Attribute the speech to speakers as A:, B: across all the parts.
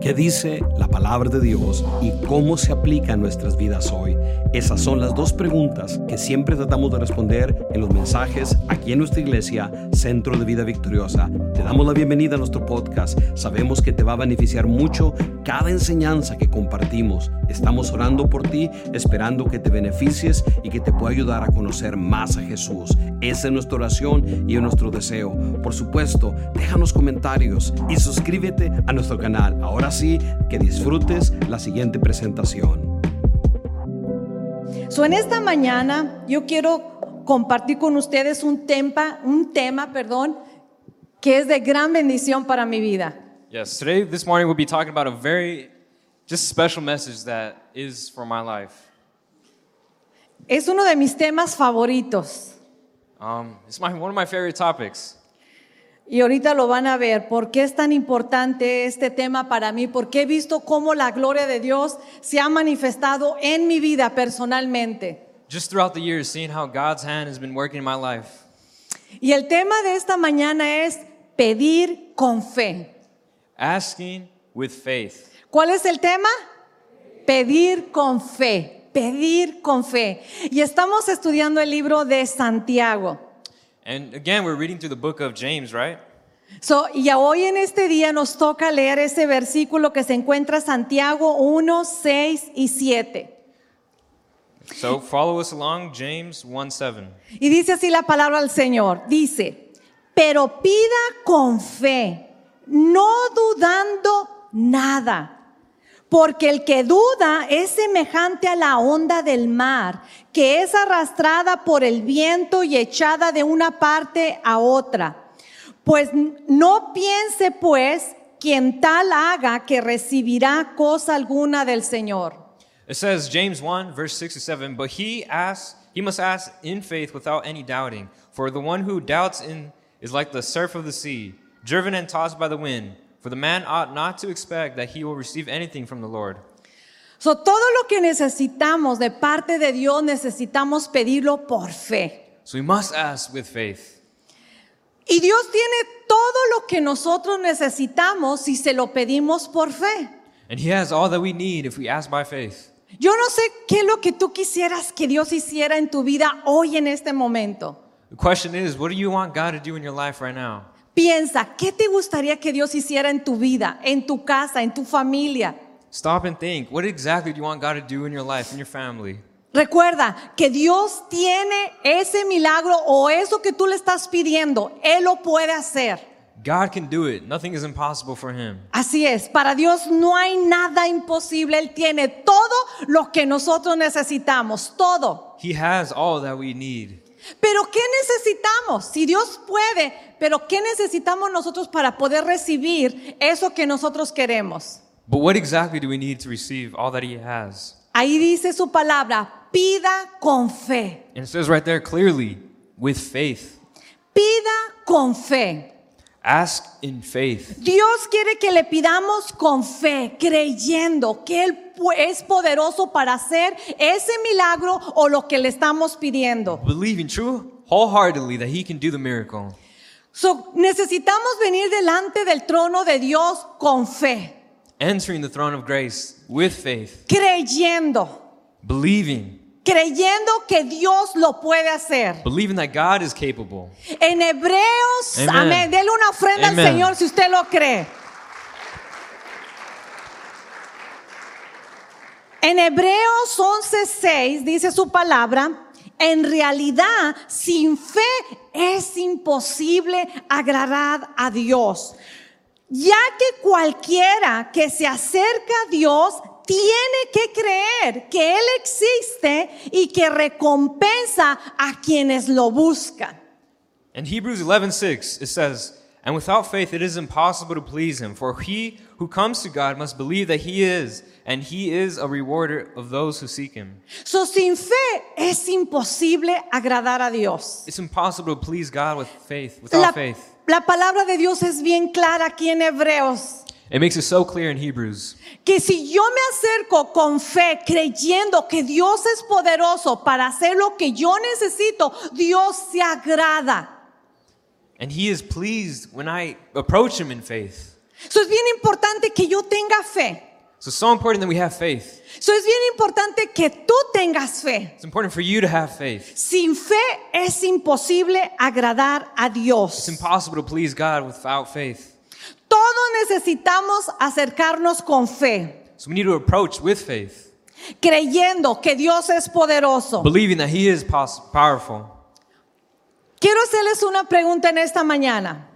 A: ¿Qué dice la palabra de Dios y cómo se aplica a nuestras vidas hoy? Esas son las dos preguntas que siempre tratamos de responder en los mensajes aquí en nuestra iglesia, Centro de Vida Victoriosa. Te damos la bienvenida a nuestro podcast. Sabemos que te va a beneficiar mucho cada enseñanza que compartimos. Estamos orando por ti, esperando que te beneficies y que te pueda ayudar a conocer más a Jesús. Esa es nuestra oración y es nuestro deseo. Por supuesto, déjanos comentarios y suscríbete a nuestro canal. Ahora sí, que disfrutes la siguiente presentación.
B: So, en esta mañana yo quiero compartir con ustedes un tema, un tema, perdón, que es de gran bendición para mi vida.
C: Yes, today, this morning, we'll be talking about a very just special message that is for my life.
B: Es uno de mis temas favoritos
C: Um, it's my, one of my favorite topics.
B: y ahorita lo van a ver por qué es tan importante este tema para mí, porque he visto cómo la gloria de Dios se ha manifestado en mi vida personalmente.
C: Just throughout the years, seeing how God's hand has been working in my life.
B: Y el tema de esta mañana es pedir con fe.
C: Asking with faith.
B: ¿Cuál es el tema? Pedir con fe, pedir con fe. Y estamos estudiando el libro de Santiago.
C: And again, we're reading through the book of James, right?
B: So, y a hoy en este día nos toca leer ese versículo que se encuentra Santiago 1, 6 y 7.
C: So follow us along, James 1 7.
B: Y dice así la palabra del Señor. Dice, pero pida con fe, no dudando nada, porque el que duda es semejante a la onda del mar, que es arrastrada por el viento y echada de una parte a otra. Pues no piense pues quien tal haga que recibirá cosa alguna del Señor.
C: It says, James 1, verse 6 to 7, but he asks, he must ask in faith without any doubting. For the one who doubts in is like the surf of the sea, driven and tossed by the wind. For the man ought not to expect that he will receive anything from the Lord.
B: So, todo lo que necesitamos de parte de Dios necesitamos pedirlo por fe.
C: So we must ask with faith.
B: Y Dios tiene todo lo que nosotros necesitamos si se lo pedimos por fe.
C: And he has all that we need if we ask by faith.
B: Yo no sé qué es lo que tú quisieras que Dios hiciera en tu vida hoy en este momento.
C: The question is, what do you want God to do in your life right now?
B: Piensa, ¿qué te gustaría que Dios hiciera en tu vida, en tu casa, en tu familia?
C: Stop and think. What exactly do you want God to do in your life, in your family?
B: Recuerda que Dios tiene ese milagro o eso que tú le estás pidiendo, Él lo puede hacer.
C: God can do it. Nothing is impossible for him.
B: Así es, para Dios no hay nada imposible, Él tiene todo lo que nosotros necesitamos, todo.
C: He has all that we need.
B: Pero ¿qué necesitamos? Si Dios puede, pero ¿qué necesitamos nosotros para poder recibir eso que nosotros queremos?
C: But what exactly do we need to receive all that he has?
B: Ahí dice su palabra, pida con fe,
C: And it says right there clearly, with faith.
B: pida con fe.
C: Ask in faith.
B: Dios quiere que le pidamos con fe, creyendo que Él pu- es poderoso para hacer ese milagro o lo que le estamos pidiendo.
C: Believing true wholeheartedly that he can do the miracle.
B: So, necesitamos venir delante del trono de Dios con fe,
C: Entering the throne of grace with faith.
B: creyendo,
C: Believing.
B: creyendo que Dios lo puede hacer.
C: Believing that God is capable.
B: En Hebreos,
C: Amen.
B: amén, denle una ofrenda al
C: Amen.
B: Señor si usted lo cree. En Hebreos 11:6 dice su palabra, en realidad sin fe es imposible agradar a Dios, ya que cualquiera que se acerca a Dios tiene que creer que Él existe y que recompensa a quienes lo buscan.
C: In Hebrews 11:6 it says, "And without faith it is impossible to please him, for he who comes to God must believe that he is, and he is a rewarder of those who seek him."
B: So, sin fe es imposible agradar a Dios.
C: It's impossible to please God with faith, without
B: La,
C: faith.
B: la palabra de Dios es bien clara aquí en Hebreos,
C: It makes it so clear in Hebrews.
B: que si yo me acerco con fe, creyendo que Dios es poderoso para hacer lo que yo necesito, Dios se agrada.
C: And he is pleased when I approach him in faith.
B: So, es bien importante que yo tenga fe.
C: So it's so important that we have faith.
B: So, es bien importante que tú tengas fe.
C: It's important for you to have faith.
B: Sin fe es imposible agradar a Dios.
C: It's impossible to please God without faith.
B: Todos necesitamos acercarnos con fe,
C: So we need to approach with faith,
B: creyendo que Dios es poderoso.
C: believing that He is pos- powerful.
B: Quiero hacerles una pregunta en esta mañana.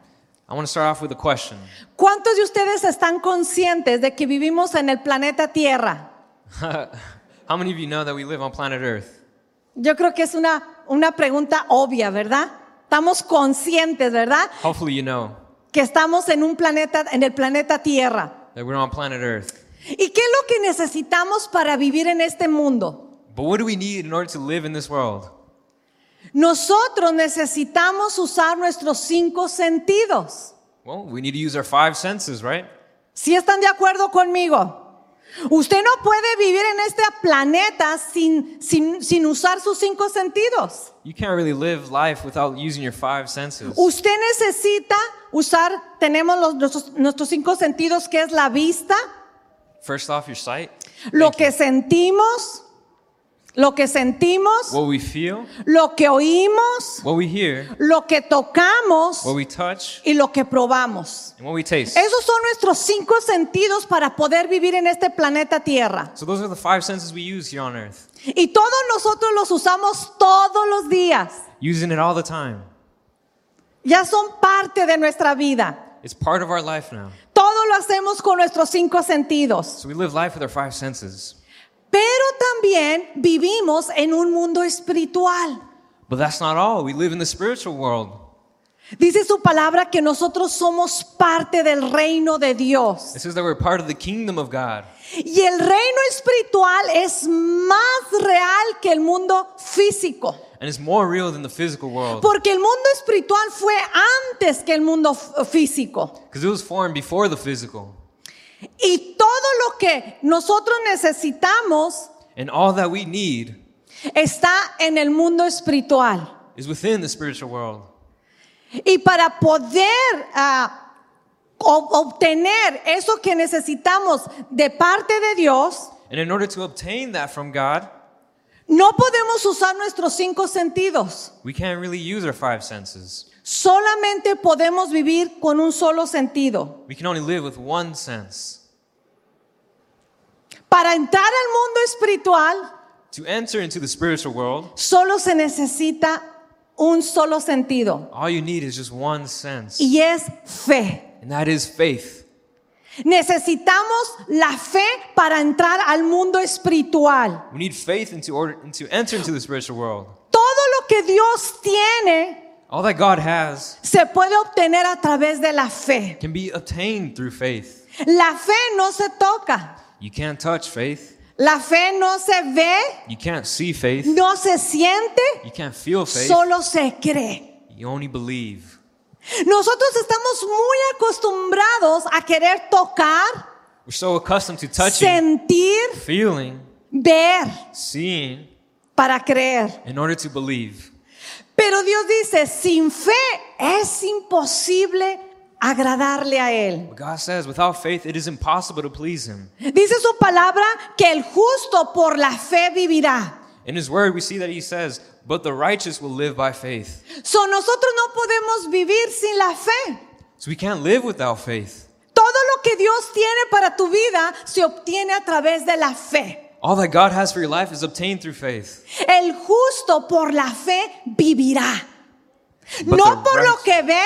C: I want to start off with a question.
B: ¿Cuántos de ustedes están conscientes de que vivimos en el planeta Tierra?
C: How many of you know that we live on planet Earth?
B: Yo creo que es una, una pregunta obvia, ¿verdad? Estamos conscientes, ¿verdad?
C: Hopefully, you know
B: Que estamos en un planeta, en el planeta Tierra.
C: that we're on planet Earth.
B: ¿Y qué es lo que necesitamos para vivir en este mundo?
C: But what do we need in order to live in this world?
B: Nosotros necesitamos usar nuestros cinco sentidos.
C: Well, we need to use our five senses, right?
B: Si están de acuerdo conmigo. Usted no puede vivir en este planeta sin, sin, sin usar sus cinco sentidos.
C: You can't really live life without using your five senses.
B: Usted necesita usar, tenemos los- nuestros, nuestros cinco sentidos, que es la vista,
C: First off, your sight,
B: lo que sentimos, lo que sentimos,
C: what we feel,
B: lo que oímos,
C: what we hear,
B: lo que tocamos
C: what we touch,
B: y lo que probamos.
C: and what we taste.
B: Esos son nuestros cinco sentidos para poder vivir en este planeta Tierra.
C: So those are the five senses we use here on Earth,
B: Y todos nosotros los usamos todos los días.
C: using it all the time.
B: Ya son parte de nuestra vida.
C: It's part of our life now.
B: Todo lo hacemos con nuestros cinco sentidos.
C: So we live life with our five senses.
B: Pero también vivimos en un mundo espiritual.
C: But that's not all. We live in the spiritual world.
B: Dice su palabra que nosotros somos parte del reino de Dios.
C: It says that we're part of the kingdom of God.
B: Y el reino espiritual es más real que el mundo físico.
C: And it's more real than the physical world.
B: Porque el mundo espiritual fue antes que el mundo f- físico.
C: Because it was formed before the physical.
B: Y todo lo que nosotros necesitamos
C: And all that we need
B: está en el mundo espiritual.
C: is within the spiritual world.
B: Y para poder ah, ob- obtener eso que necesitamos de parte de Dios,
C: And in order to obtain that from God,
B: no podemos usar nuestros cinco sentidos.
C: we can't really use our five senses.
B: Solamente podemos vivir con un solo sentido.
C: We can only live with one sense.
B: Para entrar al mundo espiritual,
C: To enter into the spiritual world,
B: solo se necesita un solo sentido.
C: all you need is just one sense,
B: Y es fe.
C: and that is faith.
B: Necesitamos la fe para entrar al mundo espiritual.
C: We need faith into order to enter into the spiritual world.
B: Todo lo que Dios tiene
C: All that God has
B: se puede obtener a través de la fe.
C: can be obtained through faith.
B: La fe no se toca,
C: You can't touch faith.
B: la fe no se ve,
C: You can't see faith.
B: no se siente,
C: You can't feel faith.
B: solo se cree.
C: You only believe.
B: Nosotros estamos muy acostumbrados a querer tocar,
C: We're so accustomed to touching,
B: sentir,
C: feeling,
B: ver
C: seeing
B: para creer.
C: in order to believe.
B: Pero Dios dice, sin fe es imposible agradarle a Él.
C: But God says, without faith, it is impossible to please Him.
B: Dice su palabra que el justo por la fe vivirá.
C: In His Word, we see that He says, but the righteous will live by faith.
B: So, nosotros no podemos vivir sin la fe.
C: So we can't live without faith.
B: Todo lo que Dios tiene para tu vida se obtiene a través de la fe.
C: All that God has for your life is obtained through faith.
B: El justo por la fe vivirá.
C: But
B: no
C: the
B: por lo
C: righteous-
B: que ve,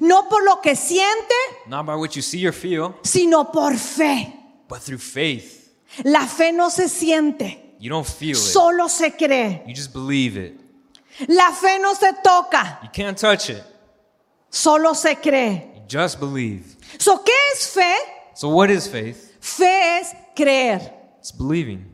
B: no por lo que siente,
C: Not by what you see or feel,
B: sino por fe.
C: but through faith.
B: La fe no se siente,
C: You don't feel it.
B: solo se cree.
C: You just believe it.
B: La fe no se toca,
C: You can't touch it.
B: solo se cree.
C: You just believe.
B: So, ¿qué es fe?
C: So what is faith?
B: Fe es creer.
C: It's believing.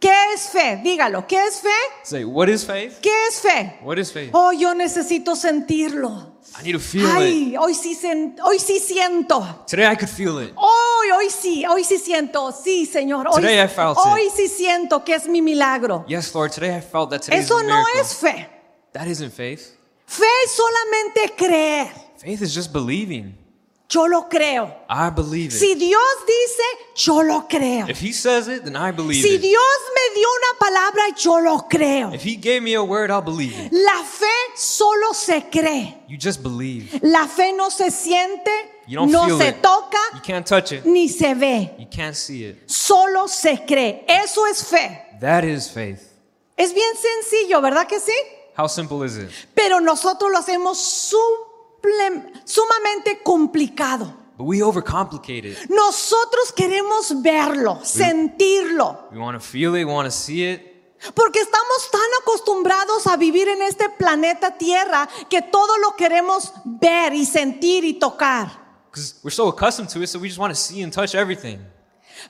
B: ¿Qué es fe? Dígalo, ¿qué es fe?
C: Say, what is faith?
B: ¿Qué es fe?
C: What is faith?
B: Oh, yo necesito sentirlo.
C: I need to feel it.
B: Ay, hoy sí, sen- hoy sí siento.
C: Today I could feel it.
B: Hoy, hoy sí, hoy sí siento. Sí, Señor. Hoy,
C: Today I felt it.
B: hoy sí siento que es mi milagro.
C: Yes, Lord, today I felt that today is
B: Eso
C: a
B: no
C: miracle.
B: es fe.
C: That isn't faith.
B: Fe es solamente creer.
C: Faith is just believing.
B: yo lo creo.
C: I believe it.
B: Si Dios dice, yo lo creo.
C: If he says it, then I believe
B: Si
C: it.
B: Dios me dio una palabra, yo lo creo.
C: If he gave me a word, I'll believe it.
B: La fe solo se cree.
C: You just believe.
B: La fe no se siente,
C: You don't
B: no
C: feel
B: se
C: it.
B: toca,
C: You can't touch it.
B: ni se ve.
C: You can't see it.
B: Solo se cree. Eso es fe.
C: That is faith.
B: Es bien sencillo, ¿verdad que sí?
C: How simple is it?
B: Pero nosotros lo hacemos suple- sumamente complicado.
C: But we overcomplicate it.
B: Nosotros queremos verlo, sentirlo,
C: We want to feel it, we want to see it.
B: porque estamos tan acostumbrados a vivir en este planeta Tierra que todo lo queremos ver y sentir y tocar.
C: Because we're so accustomed to it, so we just want to see and touch everything.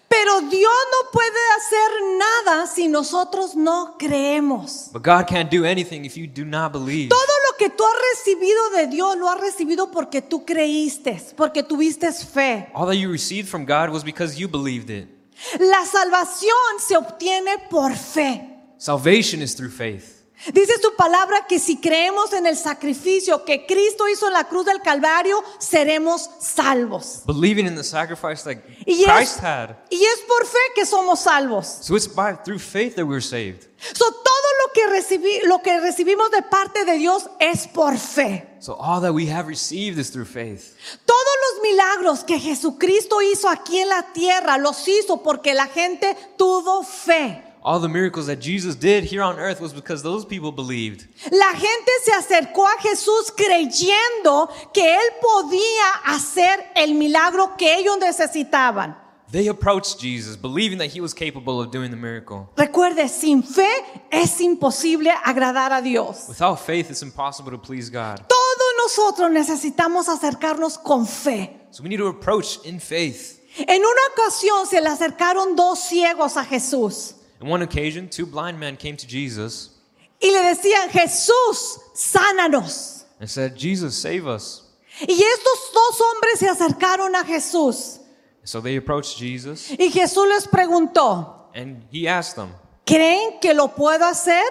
B: Pero Dios no puede hacer nada si nosotros no creemos.
C: But God can't do anything if you do not believe.
B: Todo lo que tú has recibido de Dios lo has recibido porque tú creíste, porque tuviste fe.
C: All that you received from God was because you believed it.
B: La salvación se obtiene por fe.
C: Salvation is through faith.
B: Dice tu palabra que si creemos en el sacrificio que Cristo hizo en la cruz del Calvario, seremos salvos.
C: Believing in the sacrifice that
B: Y es-
C: Christ had.
B: Y es por fe que somos salvos.
C: So it's by through faith that we're saved.
B: So, todo lo que, recibí- lo que recibimos de parte de Dios es por fe.
C: So all that we have received is through faith.
B: Todos los milagros que Jesucristo hizo aquí en la tierra los hizo porque la gente tuvo fe.
C: All the miracles that Jesus did here on earth was because those people believed.
B: La gente se acercó a Jesús creyendo que Él podía hacer el milagro que ellos necesitaban.
C: They approached Jesus believing that he was capable of doing the miracle.
B: Recuerde, sin fe es imposible agradar a Dios.
C: Without faith, it's impossible to please God.
B: Todos nosotros necesitamos acercarnos con fe.
C: So we need to approach in faith.
B: En una ocasión se le acercaron dos ciegos a Jesús
C: On one occasion, two blind men came to Jesus
B: y le decían, Jesús, sánanos.
C: and said, Jesus, save us.
B: Y estos dos hombres se acercaron a Jesús
C: So they approached Jesus
B: y Jesús les preguntó,
C: and he asked them,
B: ¿creen que lo puedo hacer?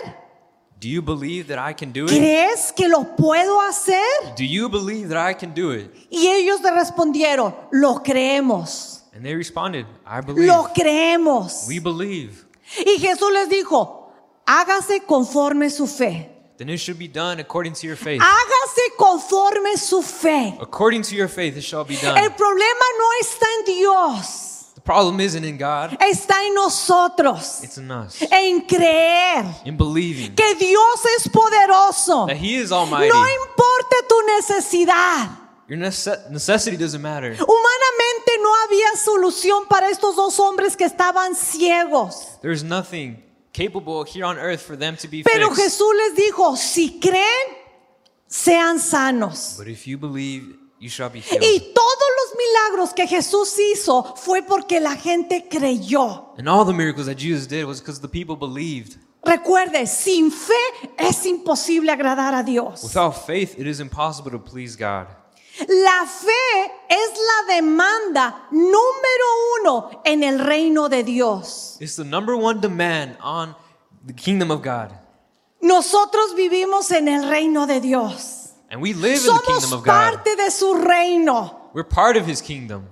C: Do you believe that I can do it?
B: ¿Crees que lo puedo hacer?
C: Do you believe that I can do it?
B: Y ellos le respondieron, lo creemos,
C: And they responded, I believe.
B: lo creemos.
C: We believe.
B: Y Jesús les dijo, hágase conforme su fe.
C: Then it should be done according to your faith.
B: Hágase conforme su fe.
C: According to your faith, it shall be
B: El
C: done.
B: problema no está en Dios,
C: The problem isn't in God,
B: está en nosotros,
C: it's in us.
B: en creer
C: In believing
B: que Dios es poderoso.
C: that
B: No
C: He is Almighty.
B: importa tu necesidad.
C: Your nece- necessity doesn't matter.
B: Humanamente no había solución para estos dos hombres que estaban ciegos.
C: There's nothing capable here on earth for them to be
B: Pero
C: fixed.
B: Jesús les dijo, si creen, sean sanos.
C: But if you believe, you shall be
B: Y
C: healed.
B: todos los milagros que Jesús hizo fue porque la gente creyó.
C: And all the miracles that Jesus did was because the people believed.
B: Recuerde, sin fe es imposible agradar a Dios.
C: Without faith, it is impossible to please God.
B: La fe es la demanda número uno en el reino de Dios.
C: It's the number one demand on the kingdom of God.
B: Nosotros vivimos en el reino de Dios.
C: And we live in the kingdom
B: Somos
C: of God.
B: parte de su reino.
C: We're part of his kingdom.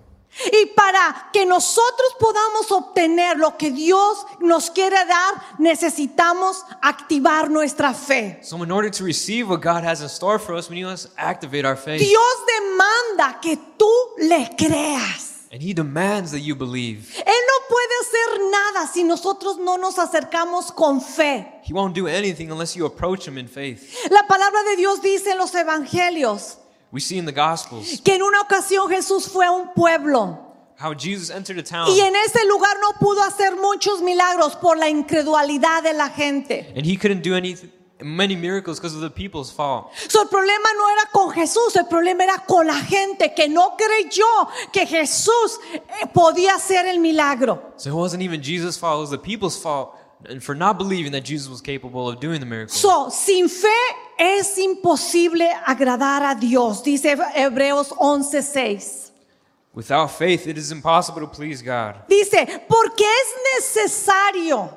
B: Y para que nosotros podamos obtener lo que Dios nos quiere dar, necesitamos activar nuestra fe.
C: So, in order to receive what God has in store for us, we need to activate our faith.
B: Dios demanda que tú le creas.
C: And He demands that you believe.
B: Él no puede hacer nada si nosotros no nos acercamos con fe.
C: He won't do anything unless you approach Him in faith.
B: La palabra de Dios dice en los evangelios
C: We see in the Gospels
B: que en una ocasión Jesús fue a un pueblo
C: how Jesus entered a town
B: y en ese lugar no pudo hacer muchos milagros por la incredulidad de la gente.
C: and He couldn't do any, many miracles because of the people's fault.
B: So, el problema no era con Jesús, el problema era con la gente que no creyó que Jesús eh, podía hacer el milagro.
C: So, it wasn't even Jesus' fault, it was the people's fault and for not believing that Jesus was capable of doing the miracle.
B: So, sin fe es imposible agradar a Dios, dice Hebreos 11:6.
C: Without faith, it is impossible to please God
B: Dice, porque es necesario,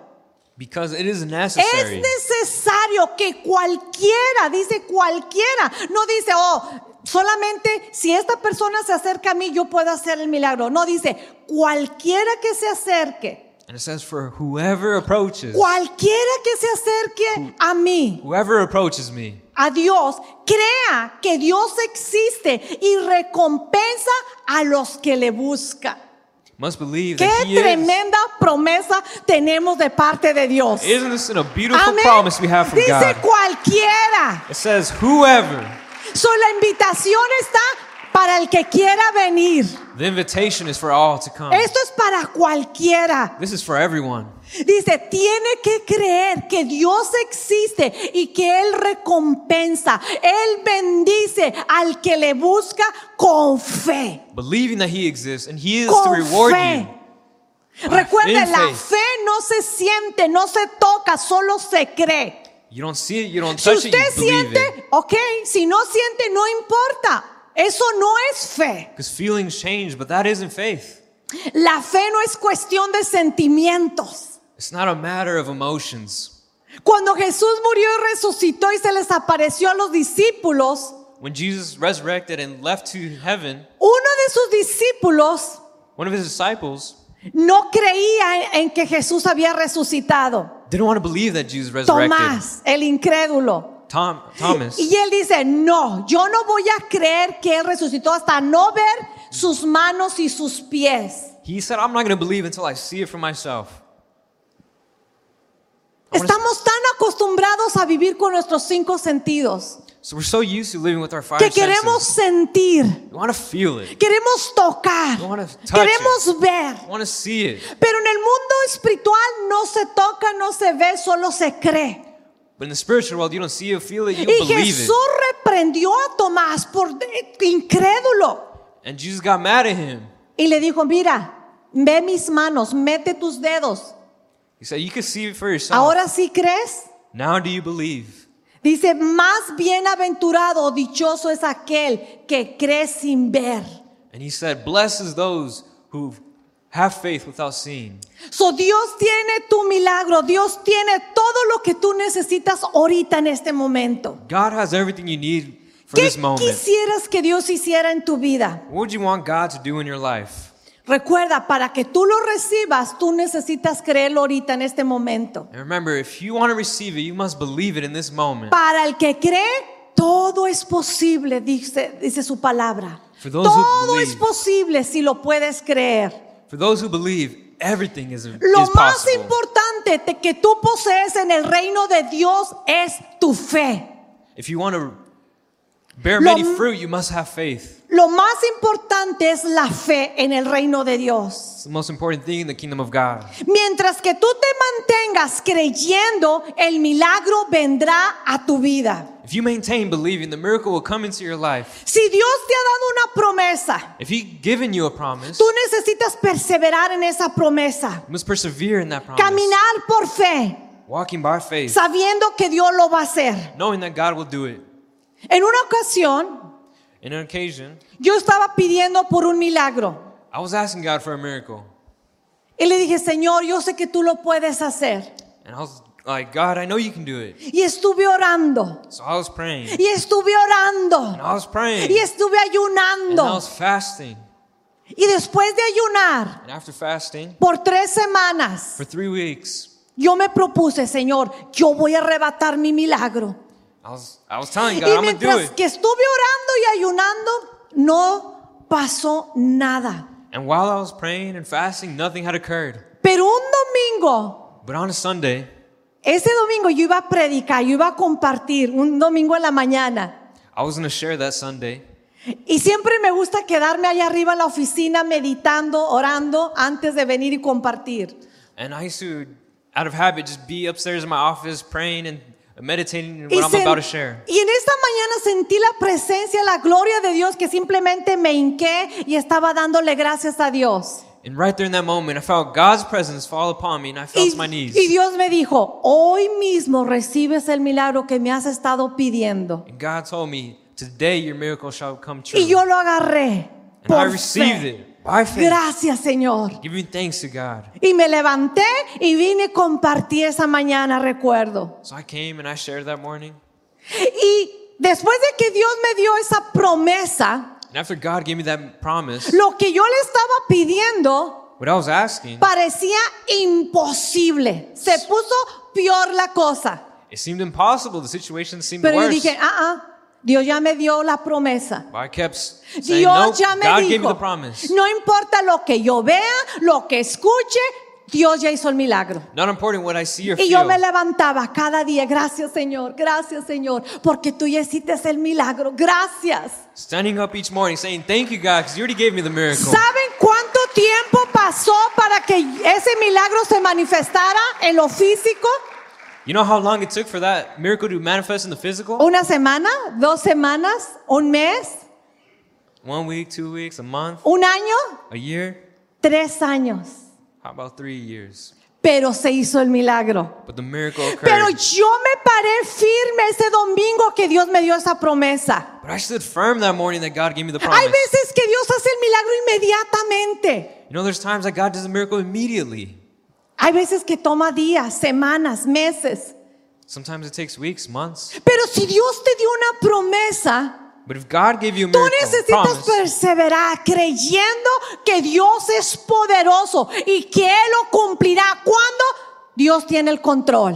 C: because it is
B: es
C: necessary.
B: necesario que cualquiera, dice cualquiera, no dice, oh, solamente si esta persona se acerca a mí, yo puedo hacer el milagro. No dice, cualquiera que se acerque,
C: And it says, For whoever approaches,
B: cualquiera que se acerque a mí,
C: whoever approaches me,
B: a Dios, crea que Dios existe y recompensa a los que le buscan.
C: must believe
B: Qué
C: that he is.
B: tremenda promesa tenemos de parte de Dios.
C: Isn't this a beautiful
B: Amén.
C: promise we have from
B: Dice
C: God?
B: cualquiera.
C: It says, Whoever.
B: So, la invitación está para el que quiera venir.
C: The invitation is for all to come.
B: Esto es para cualquiera.
C: This is for everyone.
B: Dice, tiene que creer que Dios existe y que Él recompensa. Él bendice al que le busca con fe.
C: Believing that he exists and he is to
B: Con
C: reward
B: fe.
C: you.
B: Recuerden,
C: In
B: la
C: faith.
B: fe no se siente, no se toca, solo se cree.
C: You don't see it, you don't
B: Si
C: touch it,
B: usted
C: you believe it.
B: siente, ok, si no siente, no importa. Eso no es fe.
C: Because feelings change, but that isn't faith.
B: La fe no es cuestión de sentimientos.
C: It's not a matter of emotions.
B: Cuando Jesús murió y resucitó y se les apareció a los discípulos,
C: When Jesus resurrected and left to heaven,
B: uno de sus discípulos
C: one of his disciples
B: no creía en- en que Jesús había resucitado.
C: didn't want to believe that Jesus resurrected.
B: Tomás, el incrédulo.
C: Tom, Thomas.
B: Y él dice, no, yo no voy a creer que Él resucitó hasta no ver sus manos y sus pies.
C: He said, I'm not going to believe until I see it for myself. I wanna-
B: Estamos tan acostumbrados a vivir con nuestros cinco sentidos
C: So we're so used to living with our five
B: que queremos
C: senses.
B: sentir,
C: We want to feel it.
B: queremos tocar,
C: We wanna touch
B: queremos ver.
C: We want to see it.
B: Pero en el mundo espiritual no se toca, no se ve, solo se cree.
C: But in the spiritual world, you don't see it, feel it, you
B: Y
C: believe
B: Jesús reprendió a Tomás por de- incrédulo
C: it. And Jesus got mad at him.
B: y le dijo, mira, ve mis manos, mete tus dedos.
C: He said, You can see it for yourself.
B: Ahora sí crees.
C: now do you believe?
B: Dice, más bienaventurado o dichoso es aquel que cree sin ver.
C: And he said, Blesses those who have faith without seeing.
B: So Dios tiene tu milagro, Dios tiene todo lo que tú necesitas ahorita en este momento.
C: God has everything you need for
B: ¿Qué
C: this moment.
B: quisieras que Dios hiciera en tu vida?
C: What would you want God to do in your life?
B: Recuerda, para que tú lo recibas, tú necesitas creerlo ahorita en este momento.
C: And remember, if you want to receive it, you must believe it in this moment.
B: Para el que cree, todo es posible, dice, dice su palabra.
C: For those who
B: Todo
C: believe.
B: es posible si lo puedes creer.
C: For those who believe, everything is, is
B: Lo más
C: possible.
B: importante te- que tú posees en el reino de Dios es tu fe.
C: If you want to bear
B: Lo
C: many
B: m-
C: fruit, you must have faith.
B: Lo más importante es la fe en el reino de Dios.
C: It's the most important thing in the kingdom of God.
B: Mientras que tú te mantengas creyendo, el milagro vendrá a tu vida.
C: If you maintain believing, the miracle will come into your life.
B: Si Dios te ha dado una promesa,
C: If He given you a promise,
B: tú
C: you
B: necesitas perseverar en esa promesa.
C: must persevere in that promise.
B: Caminar por fe,
C: Walking by faith,
B: sabiendo que Dios lo va a hacer.
C: knowing that God will do it.
B: En una ocasión,
C: In an occasion,
B: yo estaba pidiendo por un milagro
C: I was asking God for a miracle,
B: y le dije, Señor, yo sé que tú lo puedes hacer.
C: and I was like, God, I know you can do it.
B: Y estuve orando,
C: So I was praying,
B: y estuve
C: and
B: orando.
C: I was praying,
B: Y estuve
C: and I
B: ayunando.
C: was fasting.
B: Y después de ayunar
C: And after fasting
B: por tres semanas,
C: for three weeks,
B: yo me propuse, Señor, yo voy a arrebatar mi milagro.
C: I was I was telling Oh God,
B: Y
C: I'm gonna do
B: mientras
C: it.
B: que estuve orando y ayunando, no pasó nada.
C: And while I was praying and fasting, nothing had occurred.
B: Pero un domingo,
C: But on a Sunday,
B: ese domingo yo iba a predicar, yo iba a compartir, un domingo en la mañana.
C: I was gonna share that Sunday.
B: Y siempre me gusta quedarme allá arriba en la oficina meditando, orando antes de venir y compartir.
C: And I used to, out of habit, just be upstairs in my office praying and meditating on
B: Y,
C: what I'm
B: sen-
C: about to share.
B: y en esta mañana sentí la presencia, la gloria de Dios que simplemente me hinqué y estaba dándole gracias a Dios.
C: And right there in that moment, I felt God's presence fall upon me and I fell
B: Y,
C: to my knees.
B: y Dios me dijo, hoy mismo recibes el milagro que me has estado pidiendo.
C: And God told me, Today your miracle shall come true.
B: Y yo lo agarré.
C: and I
B: por
C: received
B: fe.
C: it by faith.
B: Gracias Señor.
C: Giving thanks to God.
B: Y me levanté y vine y compartí esa mañana, recuerdo.
C: So I came and I shared that morning.
B: Y después de que Dios me dio esa promesa,
C: And after God gave me that promise,
B: lo que yo le estaba pidiendo
C: what I was asking,
B: parecía imposible. Se puso peor la cosa.
C: it seemed impossible. The situation seemed
B: Pero yo
C: worse.
B: dije, ah, ah, Dios ya me dio la promesa.
C: But I kept saying,
B: Dios
C: nope,
B: ya me
C: God gave me the
B: dijo,
C: promise.
B: no importa lo que yo vea, lo que escuche, Dios ya hizo el milagro.
C: Not important what I see or
B: Y yo
C: feel.
B: me levantaba cada día, gracias Señor, gracias Señor, porque tú ya hiciste el milagro, gracias.
C: Standing up each morning saying, thank you, God, because you already gave me the miracle.
B: ¿Saben cuánto tiempo pasó para que ese milagro se manifestara en lo físico?
C: You know how long it took for that miracle to manifest in the physical?
B: ¿Una semana? ¿Dos semanas? ¿Un mes?
C: One week, two weeks, a month,
B: ¿Un año?
C: a year?
B: Tres años.
C: How about three years?
B: Pero se hizo el milagro.
C: But the miracle occurred.
B: Pero yo me paré firme ese domingo que Dios me dio esa promesa.
C: But I stood firm that morning that God gave me the
B: Hay
C: promise.
B: veces que Dios hace el milagro inmediatamente.
C: You know, there's times that God does a miracle immediately.
B: Hay veces que toma días, semanas, meses.
C: Sometimes it takes weeks, months.
B: Pero si Dios te dio una promesa,
C: But if God gave you a
B: tú
C: miracle,
B: necesitas
C: promise,
B: perseverar creyendo que Dios es poderoso y que Él lo cumplirá cuando Dios tiene el control.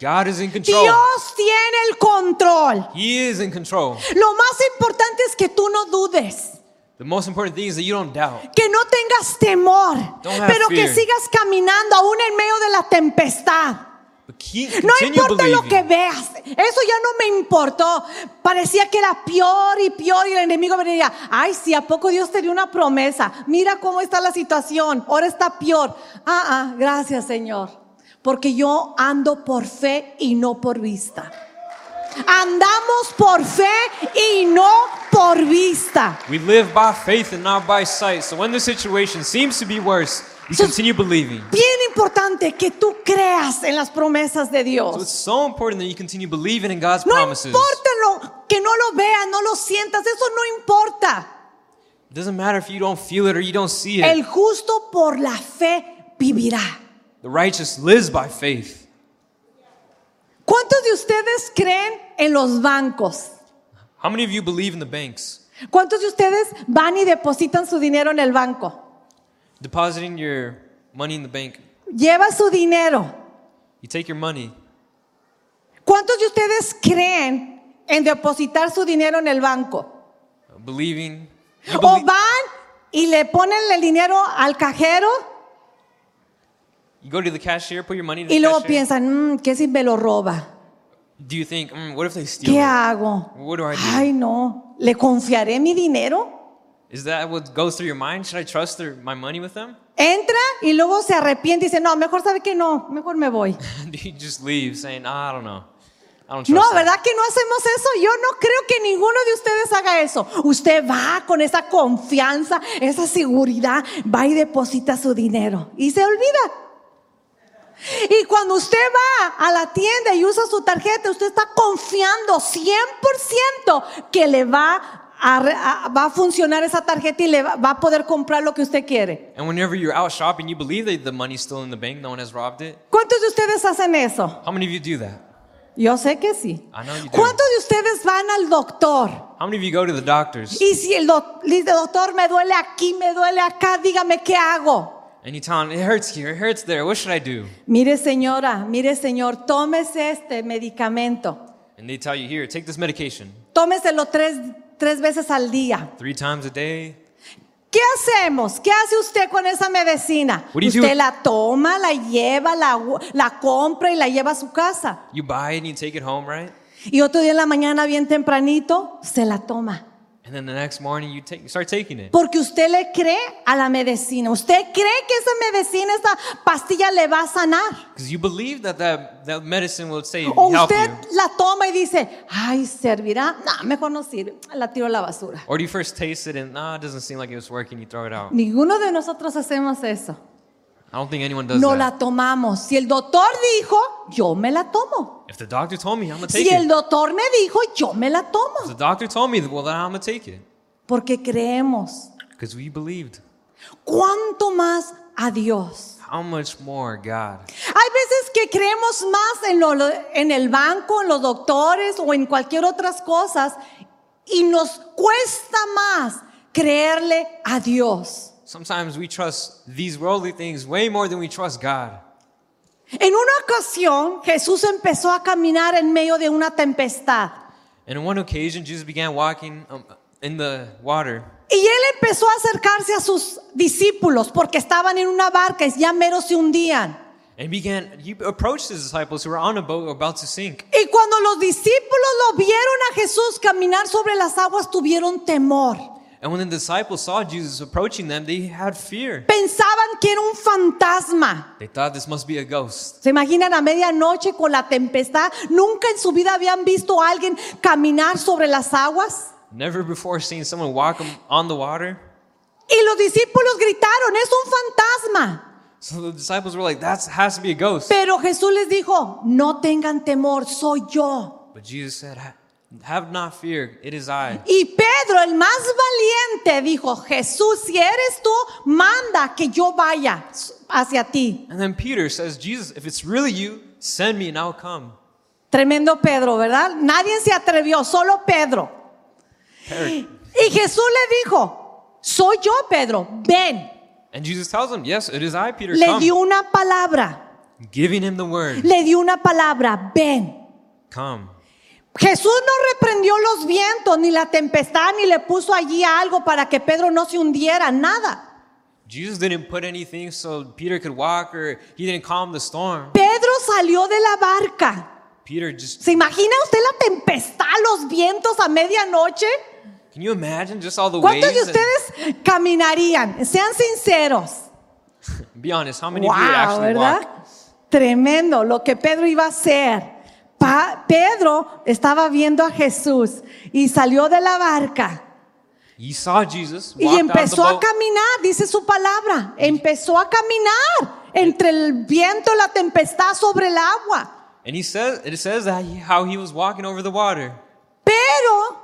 C: God is in control.
B: Dios tiene el control.
C: He is in control.
B: Lo más importante es que tú no dudes.
C: The most important thing is that you don't doubt.
B: Que no tengas temor,
C: Don't have
B: pero que
C: fear.
B: sigas caminando aún en medio de la tempestad.
C: But keep,
B: No
C: continue
B: importa
C: believing.
B: lo que veas, eso ya no me importó. Parecía que era peor y peor y el enemigo venía, ay, si a poco Dios te dio una promesa, mira cómo está la situación, ahora está peor. Ah, ah, gracias Señor, porque yo ando por fe y no por vista. Andamos por fe y no por vista.
C: We live by faith and not by sight. So when the situation seems to be worse, you
B: So-
C: continue believing.
B: Bien importante que tú creas en las promesas de
C: So
B: Dios.
C: it's so important that you continue believing in God's
B: No
C: promises.
B: importa lo, que no lo veas, no lo sientas, eso no importa.
C: It doesn't matter if you don't feel it or you don't see it.
B: El justo por la fe vivirá.
C: the righteous lives by faith.
B: ¿Cuántos de ustedes creen en los bancos?
C: How many of you believe in the banks?
B: ¿Cuántos de ustedes van y depositan su dinero en el banco?
C: Depositing your money in the bank.
B: Lleva su dinero.
C: You take your money. uh,
B: ¿Cuántos de ustedes creen en depositar su dinero en el banco?
C: believing. You
B: ¿O
C: belie-
B: van y le ponen el dinero al cajero?
C: you go to the cashier, put your money in the
B: Y luego
C: cashier.
B: piensan, "Mm, ¿qué si me lo roba?
C: Do you think, mm, what if they steal?
B: ¿Qué
C: it?
B: hago?
C: What do I do?
B: Ay, no. ¿Le confiaré mi dinero?
C: Is that what goes through your mind? Should I trust their, my money with them?
B: Entra y luego se arrepiente y dice, no, mejor sabe que no, mejor me voy.
C: Do you just leave saying, "Ah, I don't know. I don't trust
B: No,
C: them."
B: ¿verdad que no hacemos eso? Yo no creo que ninguno de ustedes haga eso. Usted va con esa confianza, esa seguridad, va y deposita su dinero y se olvida. Y cuando usted va a la tienda y usa su tarjeta, usted está confiando 100% que le va a, re- a- va a funcionar esa tarjeta y le va, va a poder comprar lo que usted quiere.
C: And whenever you're out shopping, you believe that the money's still in the bank, no one has robbed it.
B: ¿Cuántos de ustedes hacen eso?
C: How many of you do that?
B: Yo sé que sí.
C: I know you do.
B: ¿Cuántos de ustedes van al doctor?
C: How many of you go to the doctors
B: Y si el doc- le dice, doctor me duele aquí, me duele acá, dígame qué hago.
C: and you tell them, it hurts here, it hurts there, what should I do?
B: Mire señora, mire señor, tómese este medicamento.
C: And they tell you, here, take this medication
B: Tómeselo tres, tres veces al día.
C: three times a day.
B: ¿Qué hacemos? ¿Qué hace usted con esa medicina?
C: What do you
B: Usted
C: do?
B: la toma, la lleva, la, gu- la compra y la lleva a su casa.
C: You buy it and you take it home, right?
B: Y otro día en la mañana, bien tempranito, se la toma.
C: And then the next morning you take, start taking it.
B: Porque usted le cree a la medicina. Usted cree que esa medicina, esa pastilla le va a sanar.
C: Because you believe that, that that medicine will save
B: O
C: help
B: usted
C: you.
B: la toma y dice, ay, servirá. No, mejor no sirve. La tiro a la basura.
C: Or do you first taste it and nah, it doesn't seem like it was working, you throw it out.
B: Ninguno de nosotros hacemos eso.
C: I don't think anyone does
B: No
C: that.
B: la tomamos. Si el doctor dijo, yo me la tomo.
C: If the doctor told me, I'm gonna take
B: Si el
C: it.
B: doctor me dijo, yo me la
C: If the
B: tomo.
C: doctor told me, well then I'm gonna take it.
B: Porque creemos.
C: Because we believed.
B: ¿Cuánto más a Dios.
C: How much more God?
B: Hay veces que creemos más en, lo- en el banco, en los doctores o en cualquier otras cosas y nos cuesta más creerle a Dios.
C: Sometimes we trust these worldly things way more than we trust God.
B: En una ocasión Jesús empezó a caminar en medio de una tempestad
C: And on one occasion, Jesus began walking um, in the water,
B: y él empezó a acercarse a sus discípulos porque estaban en una barca y ya mero se hundían.
C: and began. He approached his disciples who were on a boat about to sink.
B: Y cuando los discípulos lo vieron a Jesús caminar sobre las aguas, tuvieron temor.
C: And when the disciples saw Jesus approaching them, they had fear.
B: Pensaban que era un fantasma.
C: They thought this must be a ghost.
B: ¿Se imaginan a medianoche con la tempestad? Nunca en su vida habían visto a alguien caminar sobre las aguas.
C: Never before seen someone walk on- on the water.
B: Y los discípulos gritaron, es un fantasma.
C: So the disciples were like, that has to be a ghost.
B: Pero Jesús les dijo, no tengan temor, soy yo.
C: But Jesus said, "Ha- Have not fear, it is I.
B: Y Pedro, el más valiente, dijo, Jesús, si eres tú, manda que yo vaya hacia ti.
C: And then Peter says, Jesus, if it's really you, send me and I'll come.
B: Tremendo Pedro, ¿verdad? Nadie se atrevió, solo Pedro.
C: Eric.
B: Y Jesús le dijo, soy yo Pedro, ven.
C: And Jesus tells him, Yes, it is I, Peter,
B: Le dio
C: come.
B: una palabra,
C: Giving him the word,
B: le dio una palabra, ven.
C: come.
B: Jesús no reprendió los vientos, ni la tempestad, ni le puso allí algo para que Pedro no se hundiera, nada.
C: Jesus didn't put anything so Peter could walk or he didn't calm the storm.
B: Pedro salió de la barca.
C: Peter just,
B: ¿Se imagina usted la tempestad, los vientos a medianoche?
C: can you imagine just all the waves?
B: ¿Cuántos de
C: and-
B: ustedes caminarían? Sean sinceros.
C: be honest, how many of you would
B: Wow,
C: actually
B: ¿verdad?
C: walk?
B: Tremendo lo que Pedro iba a hacer. Pa- Pedro estaba viendo a Jesús y salió de la barca
C: You saw Jesus
B: y
C: walked
B: empezó
C: out
B: a
C: of the boat.
B: caminar, dice su palabra, empezó a caminar entre el viento, la tempestad sobre el agua.
C: And he says, it says that he- how he was walking over the water.
B: Pero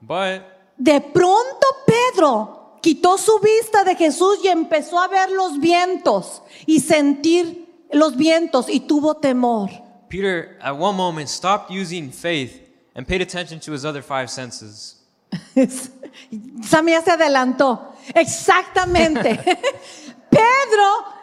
C: But
B: de pronto Pedro quitó su vista de Jesús y empezó a ver los vientos y sentir los vientos y tuvo temor.
C: Peter, at one moment, stopped using faith and paid attention to his other five senses.
B: Samia se adelantó. Exactamente. Pedro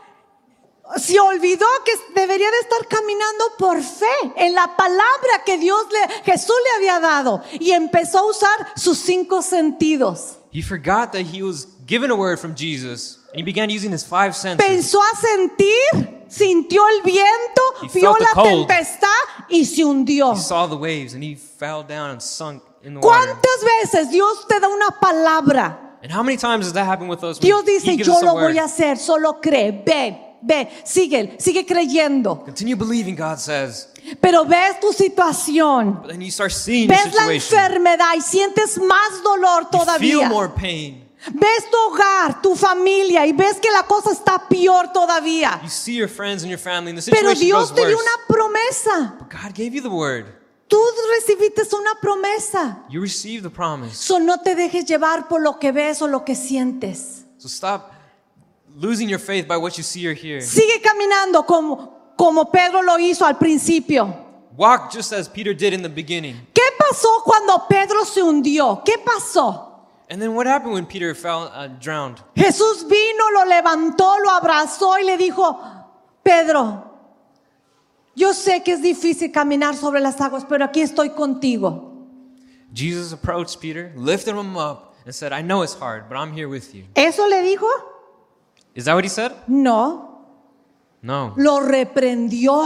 B: se olvidó que debería de estar caminando por fe en la palabra que Dios le, Jesús le había dado y empezó a usar sus cinco sentidos.
C: He forgot that he was given a word from Jesus and he began using his five senses.
B: Pensó a sentir, sintió el viento,
C: He
B: vio
C: felt the
B: la
C: cold.
B: tempestad y se hundió.
C: He saw the waves and he fell down and sunk in the water.
B: ¿Cuántas veces Dios te da una palabra?
C: And how many times does that happen with us? when
B: Dios
C: he
B: dice,
C: gives
B: yo
C: us a
B: lo
C: word?
B: voy a hacer, solo cree, ve, ve, sigue, sigue creyendo.
C: Continue believing, God says.
B: Pero ves tu situación,
C: But then you start seeing your
B: ves la
C: situation.
B: enfermedad y sientes más dolor
C: You feel
B: todavía.
C: more pain.
B: Ves tu hogar, tu familia y ves que la cosa está peor todavía.
C: You see your friends and your family and the
B: Pero
C: situation
B: Dios
C: goes
B: te dio
C: worse.
B: una promesa.
C: But God gave you the word.
B: Tú recibiste una promesa.
C: You received the promise.
B: So no te dejes llevar por lo que ves o lo que sientes.
C: So stop losing your faith by what you see or hear.
B: Sigue caminando como, como Pedro lo hizo al principio.
C: Walk just as Peter did in the beginning.
B: ¿Qué pasó cuando Pedro se hundió? ¿Qué pasó?
C: And then what happened when Peter fell uh, drowned?
B: Jesús vino, lo levantó, lo abrazó y le dijo, Pedro, yo sé que es difícil caminar sobre las aguas, pero aquí estoy contigo.
C: Jesus approached Peter, lifted him up, and said, I know it's hard, but I'm here with you.
B: ¿Eso le dijo?
C: Is that what he said?
B: No,
C: No.
B: lo reprendió.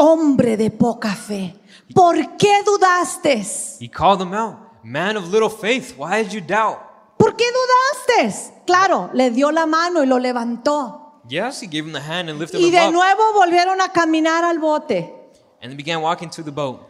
B: Hombre de poca fe, ¿por qué dudaste?
C: He called him out. Man of little faith, why did you doubt?
B: ¿Por qué dudaste? Claro, le dio la mano y lo levantó.
C: Yes, he gave him the hand and lifted
B: Y
C: him
B: de
C: up.
B: nuevo volvieron a caminar al bote.
C: and they began walking to the boat.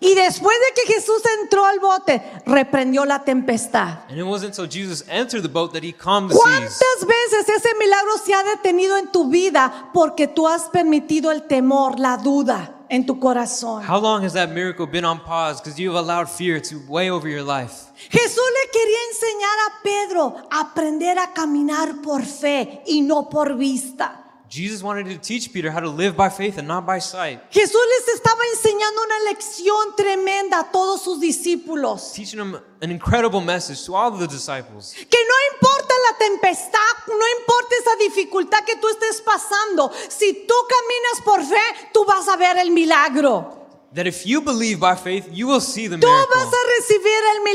B: Y después de que Jesús entró al bote, reprendió la tempestad.
C: And it wasn't until Jesus entered the boat that he calmed the seas.
B: ¿Cuántas veces ese milagro se ha detenido en tu vida porque tú has permitido el temor, la duda, en tu corazón.
C: How long has that miracle been on pause because you've allowed fear to weigh over your life?
B: Jesús le quería enseñar a Pedro a aprender a caminar por fe y no por vista.
C: Jesus wanted to teach Peter how to live by faith and not by sight,
B: Jesús les estaba enseñando una lección tremenda a todos sus discípulos.
C: teaching them an incredible message to all of the disciples.
B: Que no importa la tempestad, no importa esa dificultad que tú estés pasando, si tú caminas por fe, tú vas a ver el milagro.
C: That if you believe by faith, you will see the
B: Tú vas
C: miracle.
B: a recibir el
C: You will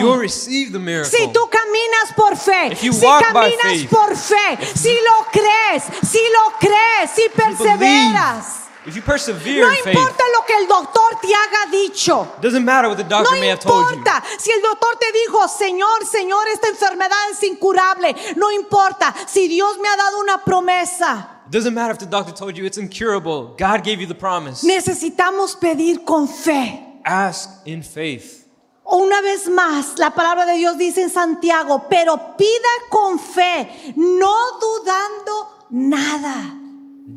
B: milagro.
C: receive the
B: Si
C: miracle.
B: tú caminas por fe,
C: If you
B: si
C: walk by
B: caminas
C: faith,
B: por fe, si lo crees, si lo crees, si
C: If you believe,
B: perseveras,
C: if you persevere
B: no
C: in faith,
B: importa lo que el doctor te haga dicho.
C: doesn't matter what the doctor
B: No
C: may have told you.
B: importa si el doctor te dijo, Señor, Señor, esta enfermedad es incurable. No importa si Dios me ha dado una promesa.
C: It doesn't matter if the doctor told you it's incurable. God gave you the promise.
B: Necesitamos pedir con fe.
C: Ask in faith.
B: O Una vez más, la palabra de Dios dice en Santiago, pero pida con fe, no dudando nada.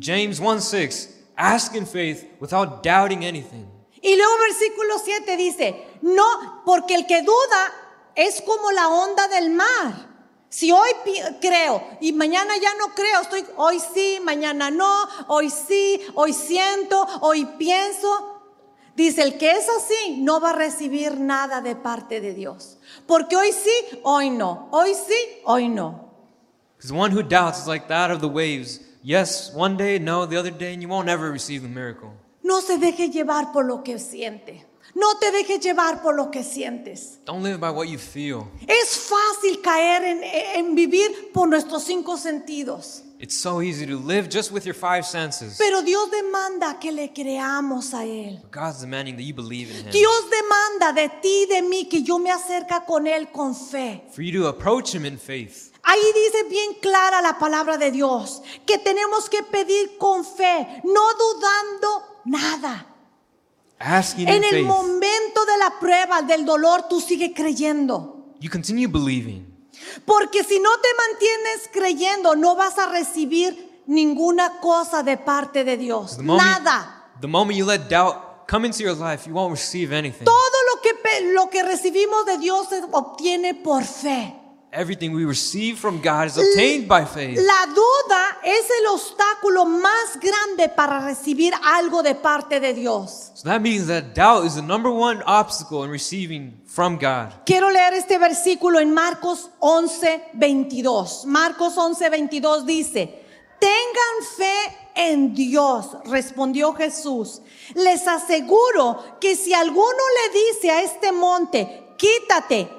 C: James 1 6. Ask in faith without doubting anything.
B: Y luego versículo 7 dice, no, porque el que duda es como la onda del mar. Si hoy pi- creo y mañana ya no creo, estoy hoy sí, mañana no, hoy sí, hoy siento, hoy pienso. Dice, el que es así no va a recibir nada de parte de Dios. Porque hoy sí, hoy no, hoy sí, hoy no.
C: Because one who doubts is like that of the waves. Yes, one day, no, the other day, and you won't ever receive the miracle.
B: No se deje llevar por lo que siente. No te dejes llevar por lo que sientes.
C: Don't live by what you feel.
B: Es fácil caer en, en vivir por nuestros cinco sentidos,
C: It's so easy to live just with your five senses.
B: pero Dios demanda que le creamos a Él.
C: But God's demanding that you believe in Him.
B: Dios demanda de ti y de mí que yo me acerca con Él con fe.
C: For you to approach Him in faith.
B: Ahí dice bien clara la palabra de Dios, que tenemos que pedir con fe, no dudando nada.
C: Asking in
B: En el
C: faith.
B: momento de la prueba, del dolor, tú sigue creyendo.
C: You continue believing.
B: Porque si no te mantienes creyendo, no vas a recibir ninguna cosa de parte de Dios.
C: The moment,
B: Nada.
C: the moment you let doubt come into your life, you won't receive anything.
B: Todo lo que, pe- lo que recibimos de Dios se obtiene por fe.
C: Everything we receive from God is obtained by faith.
B: La duda es el obstáculo más grande para recibir algo de parte de Dios.
C: So that means that doubt is the number one obstacle in receiving from God.
B: Quiero leer este versículo en Marcos 11, 22. Marcos 11, 22 dice, tengan fe en Dios, respondió Jesús. Les aseguro que si alguno le dice a este monte, quítate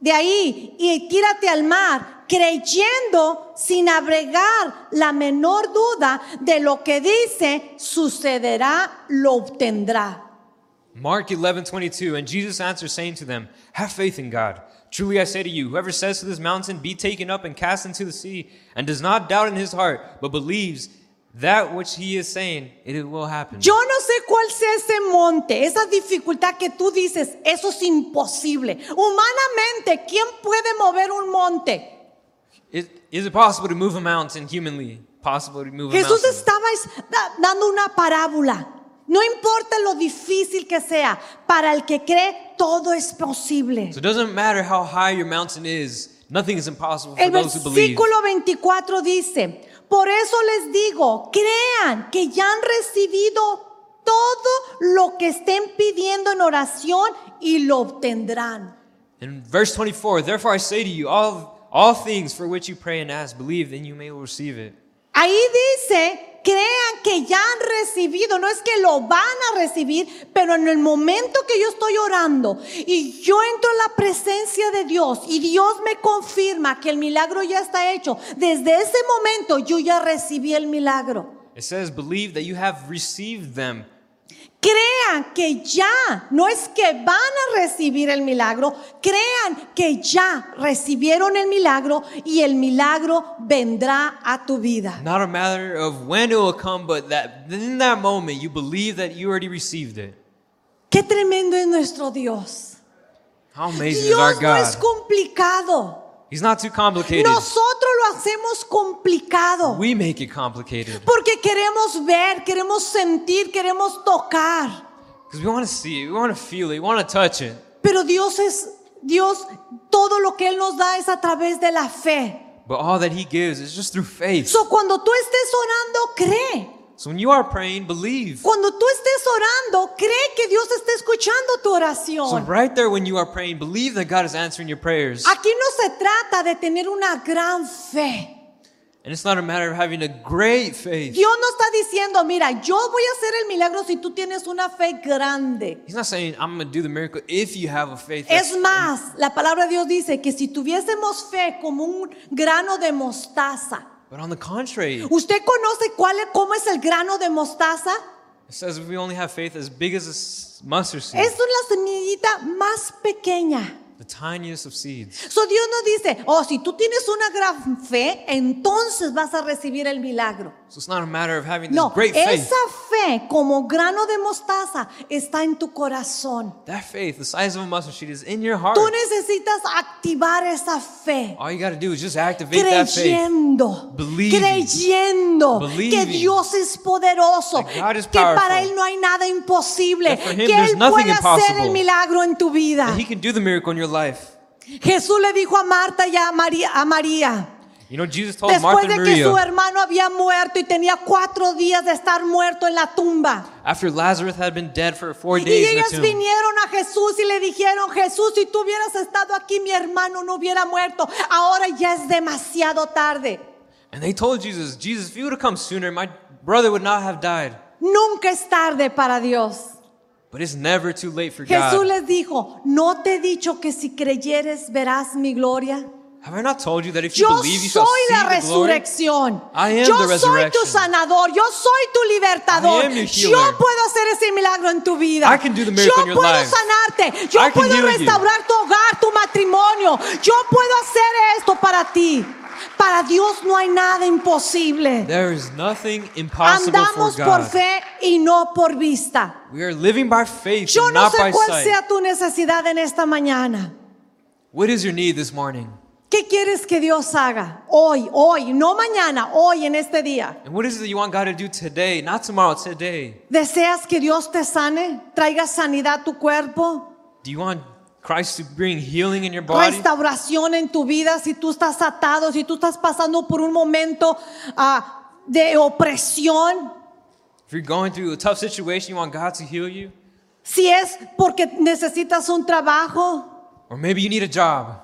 B: de ahí y tírate al mar, creyendo sin abregar la menor duda de lo que dice, sucederá, lo obtendrá.
C: Mark 11, 22, and Jesus answered, saying to them, Have faith in God. Truly I say to you, whoever says to this mountain, Be taken up and cast into the sea, and does not doubt in his heart, but believes that which he is saying, it will happen.
B: Yo no sé cuál sea ese monte, esa dificultad que tú dices, eso es imposible. Humanamente, ¿quién puede mover un monte?
C: Is, is it possible to move a mountain humanly? Possible to move a
B: Jesús
C: mountain.
B: estaba es- da- dando una parábola. No importa lo difícil que sea, para el que cree todo es posible.
C: So it doesn't matter how high your mountain is, nothing is impossible for
B: El
C: those who believe.
B: versículo 24 dice, por eso les digo, crean que ya han recibido todo lo que estén pidiendo en oración y lo obtendrán.
C: In verse 24, therefore I say to you, all, all things for which you pray and ask, believe, then you may receive it.
B: Ahí dice, crean que ya han recibido, no es que lo van a recibir, pero en el momento que yo estoy orando y yo entro en la presencia de Dios y Dios me confirma que el milagro ya está hecho, desde ese momento yo ya recibí el milagro.
C: It says, believe that you have received them.
B: Crean que ya, no es que van a recibir el milagro, crean que ya recibieron el milagro y el milagro vendrá a tu vida.
C: Not a matter of when it will come, but that in that moment you believe that you already received it.
B: Qué tremendo es nuestro Dios.
C: How amazing is our
B: Dios no es
C: God.
B: complicado.
C: He's not too complicated.
B: Nosotros lo hacemos complicado
C: We make it complicated
B: porque queremos ver, queremos sentir, queremos tocar.
C: because we want to see it, we want to feel it, we want to touch it.
B: Pero Dios es Dios, todo lo que Él nos da es a través de la fe.
C: But all that He gives is just through faith.
B: So, cuando tú estés orando, cree.
C: So when you are praying, believe.
B: Cuando tú estés orando, cree que Dios está escuchando tu
C: So
B: oración.
C: right there when you are praying, believe that God is answering your prayers.
B: Aquí no se trata de tener una gran fe.
C: And it's not a matter of having a great faith.
B: Dios no está diciendo, mira, yo voy a hacer el milagro si tú tienes una fe grande.
C: He's not saying, I'm going to do the miracle if you have a faith.
B: Es más, la palabra de Dios dice que si tuviésemos fe como un grano de mostaza.
C: But on the contrary, it
B: ¿Usted conoce cuál, es- cómo es el grano de mostaza?
C: says if we only have faith as big as a s- mustard seed,
B: Es la semillita más pequeña.
C: the tiniest of seeds.
B: So Dios nos dice, oh, si tú tienes una gran fe, entonces vas a recibir el milagro.
C: So it's not a matter of having this
B: No,
C: great faith.
B: esa fe como grano de mostaza está en tu corazón.
C: That faith, the size of a mustard seed, is in your heart.
B: Tú necesitas activar esa fe.
C: All you got to do is just activate that faith.
B: creyendo,
C: Believing.
B: creyendo que
C: Believing.
B: Dios es poderoso,
C: That God is
B: que para
C: powerful.
B: Él no hay nada imposible,
C: That for Him
B: que
C: there's
B: Él
C: nothing
B: puede hacer
C: impossible.
B: el milagro en tu vida.
C: That He can do the miracle in your life.
B: Jesús le dijo a Marta y a María, a María
C: You know, Jesus told
B: después
C: Martha
B: de
C: and
B: que su
C: Maria,
B: hermano había muerto y tenía cuatro días de estar muerto en la tumba.
C: after Lazarus had been dead for four
B: Y
C: days in
B: ellas
C: the tomb,
B: vinieron a Jesús y le dijeron, Jesús, si tú hubieras estado aquí, mi hermano no hubiera muerto. Ahora ya es demasiado tarde.
C: and they told Jesus, Jesus, if you would have come sooner, my brother would not have died.
B: Nunca es tarde para Dios.
C: But it's never too late for
B: Jesús
C: God.
B: les dijo, no te he dicho que si creyeres verás mi gloria.
C: Have I not told you that if you
B: Yo
C: believe, you shall
B: soy
C: see
B: la
C: the glory?
B: resurrección.
C: I
B: Yo soy
C: am the
B: tu
C: resurrection.
B: sanador. Yo soy tu
C: I
B: libertador.
C: am your
B: Yo
C: healer.
B: puedo hacer ese milagro en tu vida.
C: I can do
B: Yo
C: the miracle in your
B: puedo
C: life.
B: sanarte. Yo
C: I can
B: puedo
C: heal you.
B: restaurar tu hogar, tu matrimonio. Yo puedo hacer esto para ti. Para Dios no hay nada imposible.
C: There is nothing impossible for
B: Andamos por
C: God.
B: fe y no por vista.
C: We are living by faith,
B: Yo no
C: not by
B: sé cuál
C: sight.
B: sea tu necesidad en esta mañana.
C: What is your need this morning?
B: ¿Qué quieres que Dios haga hoy, hoy, no mañana, hoy en este día?
C: And what is it that you want God to do today? Not tomorrow, today.
B: ¿Deseas que Dios te sane, traiga sanidad a tu cuerpo,
C: Do you want Christ to bring healing in your body?
B: restauración en tu vida si tú estás atado, si tú estás pasando por un momento ah, de opresión?
C: If you're going through a tough situation, you want God to heal you?
B: Si es porque necesitas un trabajo.
C: Or maybe you need a job.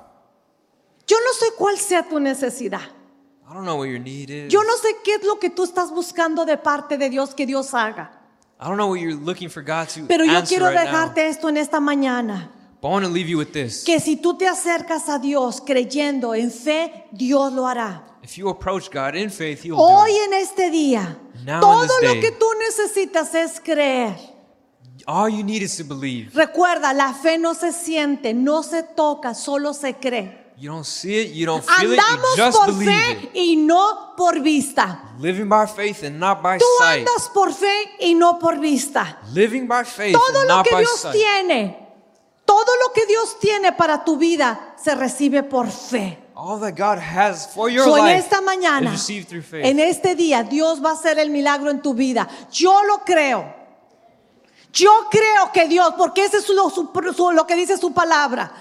B: Yo no sé cuál sea tu necesidad.
C: I don't know what your need is.
B: Yo no sé qué es lo que tú estás buscando de parte de Dios que Dios haga.
C: I don't know what you're looking for God to
B: Pero yo
C: answer
B: quiero
C: right now.
B: dejarte esto en esta mañana.
C: But I want to leave you with this.
B: que si tú te acercas a Dios creyendo en fe, Dios lo hará.
C: If you approach God in faith, He will
B: Hoy
C: do
B: en este día,
C: Now in
B: todo
C: this
B: lo
C: day.
B: que tú necesitas es creer.
C: it. All you need is to believe.
B: Recuerda, la fe no se siente, no se toca, solo se cree.
C: You don't see it, you don't feel it, you
B: Andamos
C: just
B: por
C: believe
B: fe
C: it.
B: y no por vista.
C: Living by faith and not by
B: Tú
C: sight.
B: andas por fe y no por vista.
C: Living by faith
B: Todo
C: and
B: lo
C: not
B: que
C: by
B: Dios
C: sight.
B: tiene, todo lo que Dios tiene para tu vida se recibe por fe.
C: All that God has for your
B: So, en
C: life
B: esta
C: is
B: mañana,
C: received through faith.
B: en e- este día, Dios va a hacer el milagro en tu vida. Yo lo creo. Yo creo que Dios, porque ese es lo, su- su- lo que dice su palabra.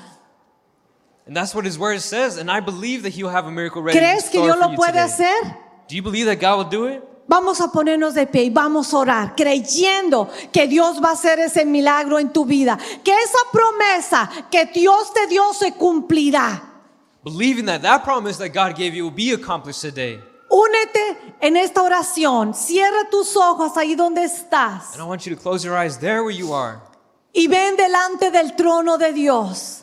C: and that's what His Word says. And I believe that He'll have a miracle ready in
B: ¿Crees que
C: store
B: Dios
C: for
B: lo
C: you
B: puede
C: today.
B: hacer?
C: Do you believe that God will do it?
B: Vamos a ponernos de pie y vamos a orar, creyendo que Dios va a hacer ese milagro en tu vida, que esa promesa que Dios te dio se cumplirá.
C: Believing that that promise that God gave you will be accomplished today.
B: Únete en esta oración, cierra tus ojos ahí donde estás.
C: And I want you to close your eyes there where you are.
B: y ven delante del trono de Dios.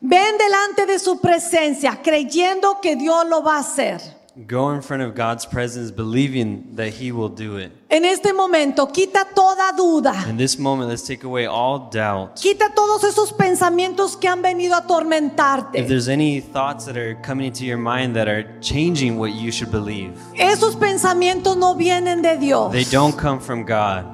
B: Ven delante de su presencia creyendo que Dios lo va a hacer.
D: Go in front of God's presence believing that He will do it.
B: En este momento quita toda duda,
D: In this moment, let's take away all doubt.
B: quita todos esos pensamientos que han venido a
D: If
B: atormentarte.
D: there's any thoughts that are coming into your mind that are changing what you should believe,
B: Esos pensamientos no vienen de Dios.
D: they don't come from God.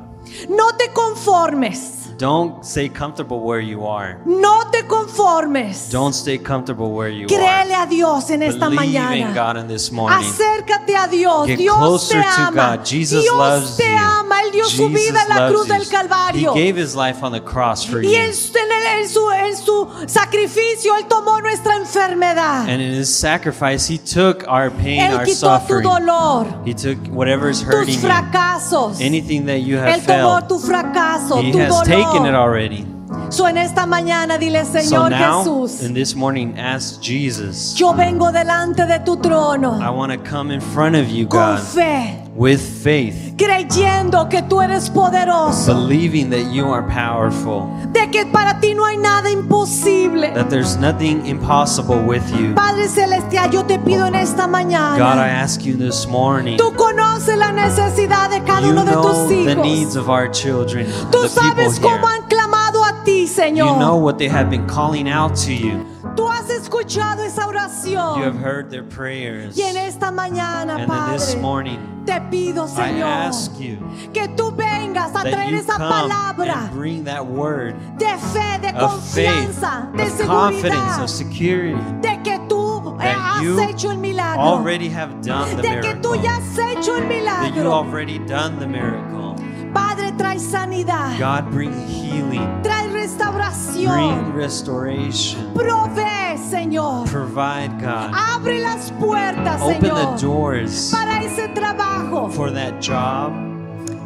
B: No te conformes.
D: Don't stay comfortable where you are.
B: No te conformes.
D: Don't stay comfortable where you
B: Créele
D: are.
B: a Dios en esta
D: Believe in
B: mañana.
D: God in this morning.
B: Acércate a Dios.
D: Get
B: Dios te
D: closer to
B: ama.
D: God. Jesus
B: Dios
D: loves
B: te
D: you.
B: ama. Él dio su
D: Jesus
B: vida en la
D: loves
B: cruz
D: you.
B: del Calvario.
D: He gave his life on the cross for
B: Y
D: you.
B: en, en el- en su, en su sacrificio, Él tomó nuestra enfermedad.
D: And in his sacrifice, he took our pain,
B: él
D: our
B: quitó tu
D: suffering.
B: dolor,
D: He took whatever is
B: tus
D: hurting you,
B: fracasos.
D: anything that you have
B: Él tomó
D: failed.
B: tu fracaso,
D: He
B: tu
D: has taken it
B: dolor.
D: already.
B: So en esta mañana dile,
D: So
B: Señor
D: now,
B: Jesús,
D: and this morning, ask Jesus.
B: yo vengo delante de tu
D: I
B: trono
D: want to come in front of you,
B: con
D: God,
B: fe,
D: with faith,
B: creyendo que tú eres poderoso,
D: believing that you are powerful,
B: de que para ti no hay nada imposible.
D: that there's nothing impossible with you.
B: Padre Celestial, yo te pido en esta
D: God, I
B: mañana,
D: ask you this morning.
B: tú conoces la necesidad de cada
D: You
B: uno de
D: know
B: tus
D: the needs
B: hijos.
D: of our children,
B: Tú
D: the people
B: sabes cómo
D: here.
B: han clamado a ti,
D: You know
B: Señor.
D: what they have been calling out to you.
B: Tú has escuchado esa
D: You have
B: oración.
D: heard their prayers.
B: Y en esta mañana,
D: And then this
B: Padre,
D: morning,
B: te pido,
D: I
B: Señor,
D: ask you
B: que tú vengas a
D: that
B: traer
D: you
B: esa
D: come
B: palabra
D: and bring that word
B: de fe, de
D: of faith,
B: confianza, de
D: of confidence,
B: seguridad,
D: of security.
B: de que tú eh,
D: that you
B: has hecho el milagro,
D: already have done the
B: de que tú
D: miracle.
B: ya has hecho el
D: That you
B: milagro.
D: already done the miracle.
B: Padre, trae sanidad,
D: God, bring healing,
B: trae restauración,
D: bring restoration.
B: provee, Señor,
D: Provide, God.
B: abre las puertas,
D: Open the
B: Ah, Señor,
D: doors
B: para ese trabajo.
D: for that job.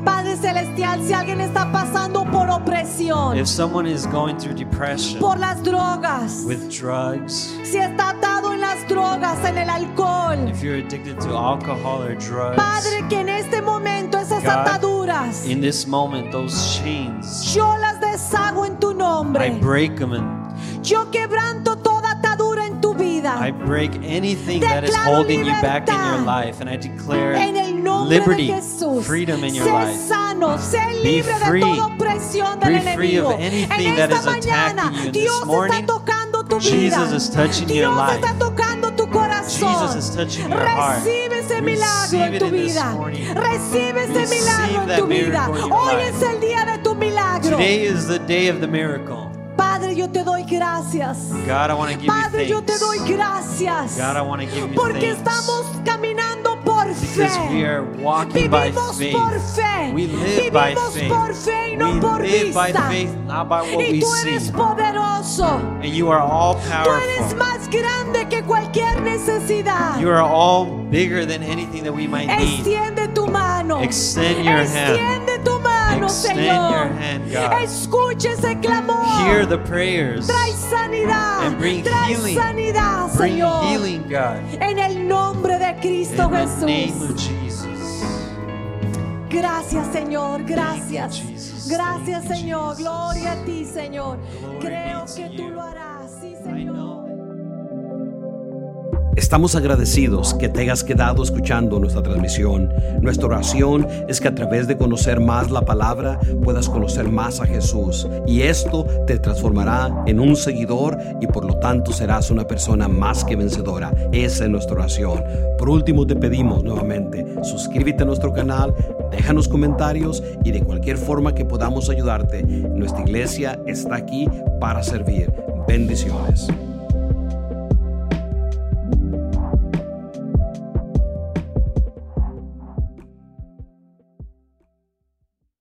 B: Padre Celestial, si alguien está pasando por opresión,
D: If someone is going through depression
B: por las drogas,
D: with drugs,
B: si está atado en las drogas, en el alcohol,
D: if you're addicted to alcohol or drugs,
B: Padre, que en este momento esas
D: God,
B: ataduras,
D: in this moment, those chains,
B: yo las deshago en tu
D: I
B: nombre.
D: break them and
B: Yo quebranto toda atadura en tu
D: I
B: vida.
D: break anything that is
B: Declaro
D: holding you back in your
B: libertad.
D: life. And I declare
B: En el nombre
D: liberty,
B: de Jesús,
D: freedom in your
B: sé
D: life.
B: sano, sé libre de
D: free.
B: toda opresión del
D: Be free
B: enemigo.
D: of
B: En
D: anything that
B: esta
D: is attacking
B: mañana,
D: you. And this
B: Dios está
D: morning,
B: tocando tu vida.
D: Jesus is touching your
B: Dios
D: life.
B: está tocando tu corazón.
D: Jesus is touching your heart.
B: Recibe ese
D: Receive
B: milagro en
D: it
B: tu
D: in this
B: vida.
D: morning.
B: Recibe ese
D: Receive
B: milagro en
D: that
B: tu vida.
D: miracle in your
B: Hoy
D: life.
B: es el día de tu milagro.
D: Today is the day of the miracle.
B: Padre, yo te doy gracias.
D: God, I want to give
B: Padre,
D: you
B: yo te
D: thanks.
B: doy gracias.
D: God, I wanna give you
B: porque
D: thanks.
B: estamos caminando por fe.
D: Because we are walking by
B: Vivimos
D: faith.
B: por fe.
D: We live by
B: Vivimos
D: faith.
B: por fe y no
D: we
B: por
D: live by
B: vista.
D: faith, not by what
B: y
D: we
B: tú
D: see.
B: eres poderoso.
D: And you are all
B: Tú eres
D: powerful.
B: más grande que cualquier necesidad.
D: You are all bigger than anything that we might need.
B: Extiende tu mano.
D: Extend your hand.
B: Extiende tu mano,
D: Extend
B: Señor.
D: your hand, God.
B: Escucha ese clamor.
D: Hear the prayers.
B: Trae sanidad.
D: And bring
B: Trae
D: healing.
B: sanidad,
D: Bring
B: Señor.
D: healing, God.
B: En el nombre de
D: In
B: Cristo
D: the name of
B: Jesús.
D: Jesus.
B: Gracias, Señor. Gracias.
D: Thank you, Jesus.
B: Gracias,
D: Thank you,
B: Señor.
D: Jesus.
B: Gloria a ti, Señor.
D: Glory
B: Creo
D: be to
B: que tú
D: you.
B: lo harás. Sí,
D: I
B: Señor.
D: know.
A: Estamos agradecidos que te hayas quedado escuchando nuestra transmisión. Nuestra oración es que a través de conocer más la palabra puedas conocer más a Jesús y esto te transformará en un seguidor y por lo tanto serás una persona más que vencedora. Esa es nuestra oración. Por último te pedimos nuevamente, suscríbete a nuestro canal, déjanos comentarios y de cualquier forma que podamos ayudarte, nuestra iglesia está aquí para servir. Bendiciones.